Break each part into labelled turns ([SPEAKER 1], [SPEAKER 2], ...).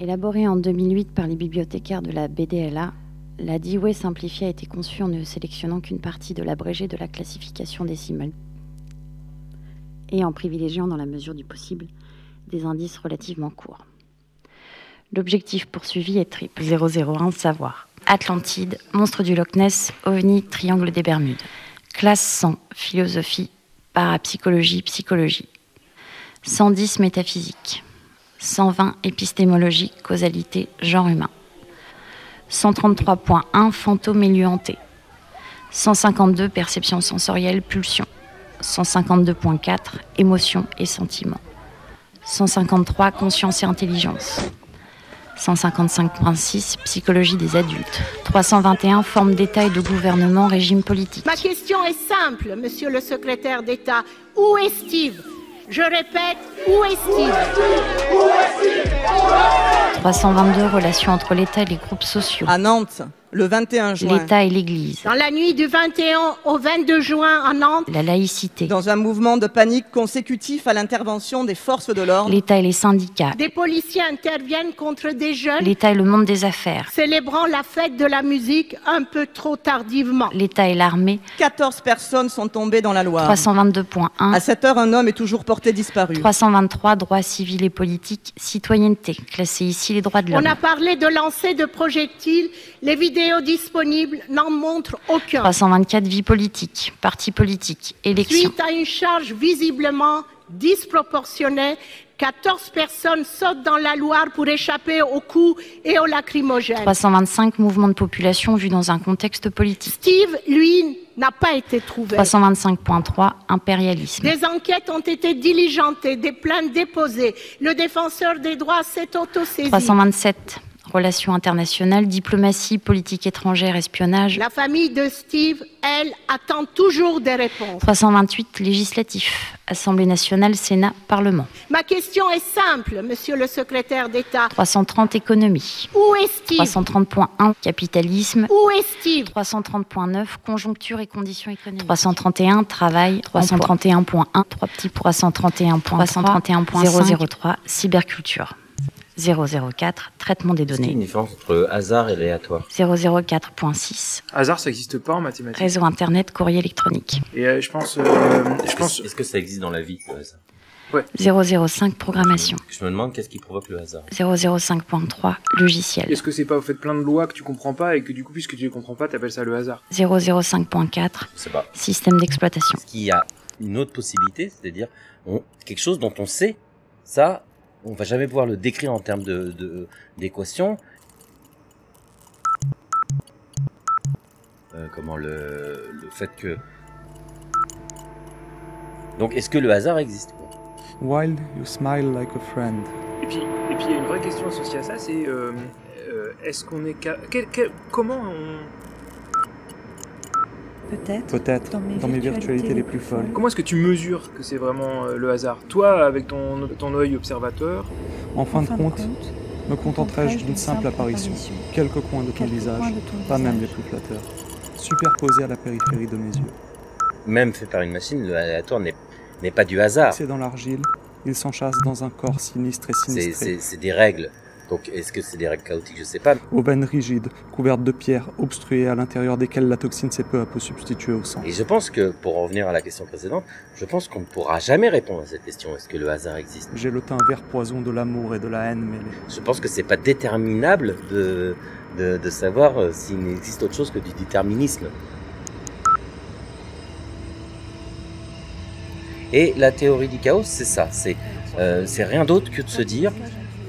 [SPEAKER 1] Élaborée en 2008 par les bibliothécaires de la BDLA, la DIWAY simplifiée E a été conçue en ne sélectionnant qu'une partie de l'abrégé de la classification décimale et en privilégiant dans la mesure du possible des indices relativement courts. L'objectif poursuivi est triple 001 savoir. Atlantide, monstre du Loch Ness, ovni, triangle des Bermudes. Classe 100, philosophie, parapsychologie, psychologie. 110, métaphysique. 120, épistémologie, causalité, genre humain. 133.1, fantôme éluanté. 152, perception sensorielle, pulsion. 152.4, émotion et sentiment. 153, conscience et intelligence. 155.6 Psychologie des adultes. 321 Forme d'État et de gouvernement, régime politique.
[SPEAKER 2] Ma question est simple, monsieur le secrétaire d'État. Où est Steve Je répète, où est Steve
[SPEAKER 1] 322 Relations entre l'État et les groupes sociaux.
[SPEAKER 3] À Nantes, le 21 juin.
[SPEAKER 1] L'État et l'Église.
[SPEAKER 2] Dans la nuit du 21 au 22 juin à Nantes.
[SPEAKER 1] La laïcité.
[SPEAKER 3] Dans un mouvement de panique consécutif à l'intervention des forces de l'ordre.
[SPEAKER 1] L'État et les syndicats.
[SPEAKER 2] Des policiers interviennent contre des jeunes.
[SPEAKER 1] L'État et le monde des affaires.
[SPEAKER 2] Célébrant la fête de la musique un peu trop tardivement.
[SPEAKER 1] L'État et l'armée.
[SPEAKER 3] 14 personnes sont tombées dans la Loire.
[SPEAKER 1] 322.1.
[SPEAKER 3] À 7 heure, un homme est toujours porté disparu.
[SPEAKER 1] 323 Droits civils et politiques. Citoyenneté. Classé ici les droits de l'homme.
[SPEAKER 2] On a parlé de lancer de projectiles. Les vidéos disponibles n'en montrent aucun.
[SPEAKER 1] 324 vies politiques, partis politiques, élections.
[SPEAKER 2] Suite à une charge visiblement disproportionnée, 14 personnes sautent dans la Loire pour échapper aux coups et aux lacrymogènes.
[SPEAKER 1] 325 mouvements de population vus dans un contexte politique.
[SPEAKER 2] Steve, lui, n'a pas été trouvé.
[SPEAKER 1] 325.3 Impérialisme.
[SPEAKER 2] Des enquêtes ont été diligentées, des plaintes déposées. Le défenseur des droits s'est autosaisi.
[SPEAKER 1] 327 relations internationales, diplomatie, politique étrangère, espionnage.
[SPEAKER 2] La famille de Steve, elle, attend toujours des réponses.
[SPEAKER 1] 328 législatifs, Assemblée nationale, Sénat, Parlement.
[SPEAKER 2] Ma question est simple, monsieur le secrétaire d'État.
[SPEAKER 1] 330 économie.
[SPEAKER 2] Où est Steve
[SPEAKER 1] 330.1 capitalisme.
[SPEAKER 2] Où est Steve
[SPEAKER 1] 330.9 conjoncture et conditions économiques. 331 travail. 331.1 3 petits 331.3 331.003 3, cyberculture. 004, traitement des données.
[SPEAKER 4] une différence entre hasard et aléatoire
[SPEAKER 1] 004.6.
[SPEAKER 5] Hasard, ça n'existe pas en mathématiques.
[SPEAKER 1] Réseau Internet, courrier électronique.
[SPEAKER 5] Et euh, je pense. euh,
[SPEAKER 4] Est-ce
[SPEAKER 5] je
[SPEAKER 4] que,
[SPEAKER 5] pense.
[SPEAKER 4] est-ce que ça existe dans la vie le hasard Hum.
[SPEAKER 1] 005, programmation.
[SPEAKER 4] Je me demande qu'est-ce qui provoque le hasard.
[SPEAKER 1] 005.3, logiciel.
[SPEAKER 5] Est-ce que c'est pas au fait plein de lois que tu comprends pas et que du coup, puisque tu les comprends pas, t'appelles ça le hasard
[SPEAKER 1] 005.4,
[SPEAKER 4] Je sais pas.
[SPEAKER 1] système d'exploitation.
[SPEAKER 4] Est-ce qu'il y a une autre possibilité, c'est-à-dire on- quelque chose dont on sait, ça, on va jamais pouvoir le décrire en termes de de- d'équation. Euh, comment le le fait que donc est-ce que le hasard existe quoi
[SPEAKER 6] While you smile like a friend.
[SPEAKER 5] Et puis, et puis, il y a une vraie question associée à ça, c'est euh, euh, est-ce qu'on est, ca- quel- quel- comment on,
[SPEAKER 7] Peut-être.
[SPEAKER 6] Peut-être,
[SPEAKER 7] Dans mes
[SPEAKER 6] dans mes
[SPEAKER 7] virtualités
[SPEAKER 6] virtualités les plus folles.
[SPEAKER 5] comment est-ce que tu mesures que c'est vraiment euh, le hasard Toi, avec ton ton œil observateur,
[SPEAKER 6] En fin de compte, me contenterai-je d'une simple apparition, quelques coins de ton
[SPEAKER 7] Quelques coins
[SPEAKER 6] visage,
[SPEAKER 7] de ton
[SPEAKER 6] pas
[SPEAKER 7] visage.
[SPEAKER 6] même les plus flatteurs, superposés à la périphérie de mes yeux.
[SPEAKER 4] Même fait par une machine, le aléatoire n'est n'est pas du hasard.
[SPEAKER 6] Fixés dans l'argile, ils s'enchassent dans un corps sinistre et
[SPEAKER 4] C'est-
[SPEAKER 6] sinistré,
[SPEAKER 4] C'est c'est des règles. Donc, est-ce que c'est des règles chaotiques Je sais pas.
[SPEAKER 6] aubaines rigides, couvertes de pierres, obstruées à l'intérieur desquelles la toxine s'est peu à peu substituée au sang.
[SPEAKER 4] Et je pense que, pour en revenir à la question précédente, je pense qu'on ne pourra jamais répondre à cette question. Est-ce que le hasard existe
[SPEAKER 6] J'ai le teint vert poison de l'amour et de la haine mêlés.
[SPEAKER 4] Je pense que c'est pas déterminable de, de, de savoir euh, s'il n'existe autre chose que du déterminisme. Et la théorie du chaos, c'est ça. C'est euh, c'est rien d'autre que de se dire,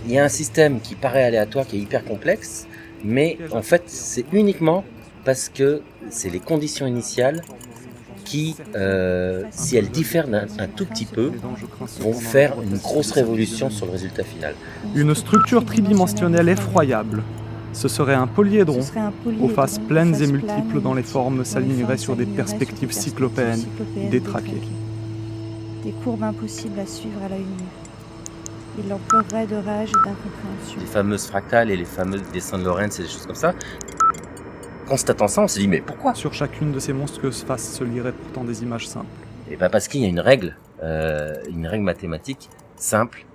[SPEAKER 4] il y a un système qui paraît aléatoire, qui est hyper complexe, mais en fait, c'est uniquement parce que c'est les conditions initiales qui, euh, si elles diffèrent d'un un tout petit peu, vont faire une grosse révolution sur le résultat final.
[SPEAKER 6] Une structure tridimensionnelle effroyable. Ce serait un polyédron.
[SPEAKER 7] aux faces planes et multiples dont les formes s'aligneraient sur des perspectives cyclopéennes
[SPEAKER 6] détraquées.
[SPEAKER 7] détraquées. Des courbes impossibles à suivre à l'œil nu. Il en pleurerait de rage et d'incompréhension.
[SPEAKER 4] les fameuses fractales et les fameux dessins de Lorentz et des choses comme ça. Constatant ça, on se dit mais pourquoi
[SPEAKER 6] Sur chacune de ces monstrueuses faces se liraient pourtant des images simples.
[SPEAKER 4] eh Et ben parce qu'il y a une règle, euh, une règle mathématique simple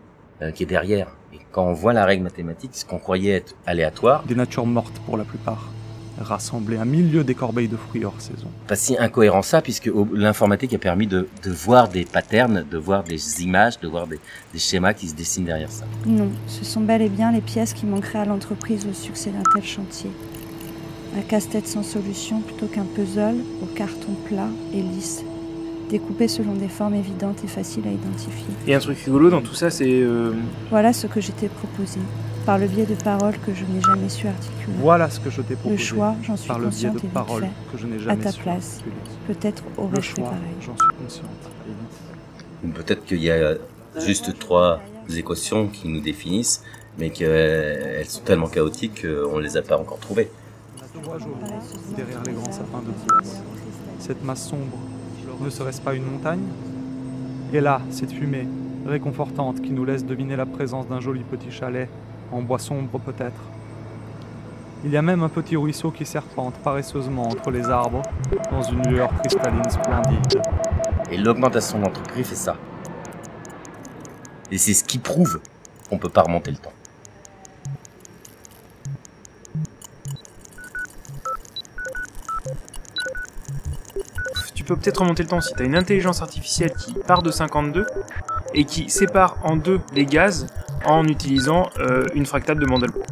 [SPEAKER 4] euh, qui est derrière. Et quand on voit la règle mathématique, ce qu'on croyait être aléatoire,
[SPEAKER 6] Des natures mortes pour la plupart, rassemblées à milieu des corbeilles de fruits hors saison.
[SPEAKER 4] pas si incohérent ça, puisque au- l'informatique a permis de, de voir des patterns, de voir des images, de voir des, des schémas qui se dessinent derrière ça.
[SPEAKER 7] Non, ce sont bel et bien les pièces qui manqueraient à l'entreprise au succès d'un tel chantier. Un casse-tête sans solution plutôt qu'un puzzle au carton plat et lisse, découpé selon des formes évidentes et faciles à identifier.
[SPEAKER 5] Et un truc rigolo dans tout ça, c'est. euh,
[SPEAKER 7] Voilà ce que j'étais proposé, par le biais de paroles que je n'ai jamais su articuler.
[SPEAKER 6] Voilà ce que je t'ai proposé.
[SPEAKER 7] Le choix, j'en suis
[SPEAKER 6] par le biais
[SPEAKER 7] consciente
[SPEAKER 6] de
[SPEAKER 7] et vite
[SPEAKER 6] paroles
[SPEAKER 7] fait.
[SPEAKER 6] que je n'ai jamais
[SPEAKER 7] ta
[SPEAKER 6] su
[SPEAKER 7] place.
[SPEAKER 6] articuler.
[SPEAKER 7] Peut-être
[SPEAKER 6] Le
[SPEAKER 7] aurais-je fait
[SPEAKER 6] choix,
[SPEAKER 7] pareil.
[SPEAKER 6] j'en suis consciente. et vite
[SPEAKER 4] Peut-être qu'il y a euh, juste trois équations qui nous définissent, mais qu'elles sont tellement chaotiques qu'on ne les a pas encore trouvées.
[SPEAKER 6] fait. Trois jours, derrière les grands sapins de Bourg. Cette masse sombre, ne serait-ce pas une montagne Et là, cette fumée, réconfortante, qui nous laisse deviner la présence d'un joli petit chalet, en bois sombre peut-être. Il y a même un petit ruisseau qui serpente paresseusement entre les arbres, dans une lueur cristalline splendide.
[SPEAKER 4] Et l'augmentation de l'entreprise fait ça. Et c'est ce qui prouve qu'on ne peut pas remonter le temps.
[SPEAKER 5] tu peux peut-être remonter le temps si t'as une intelligence artificielle qui part de 52 et qui sépare en deux les gaz en utilisant euh, une fractale de Mandelbrot.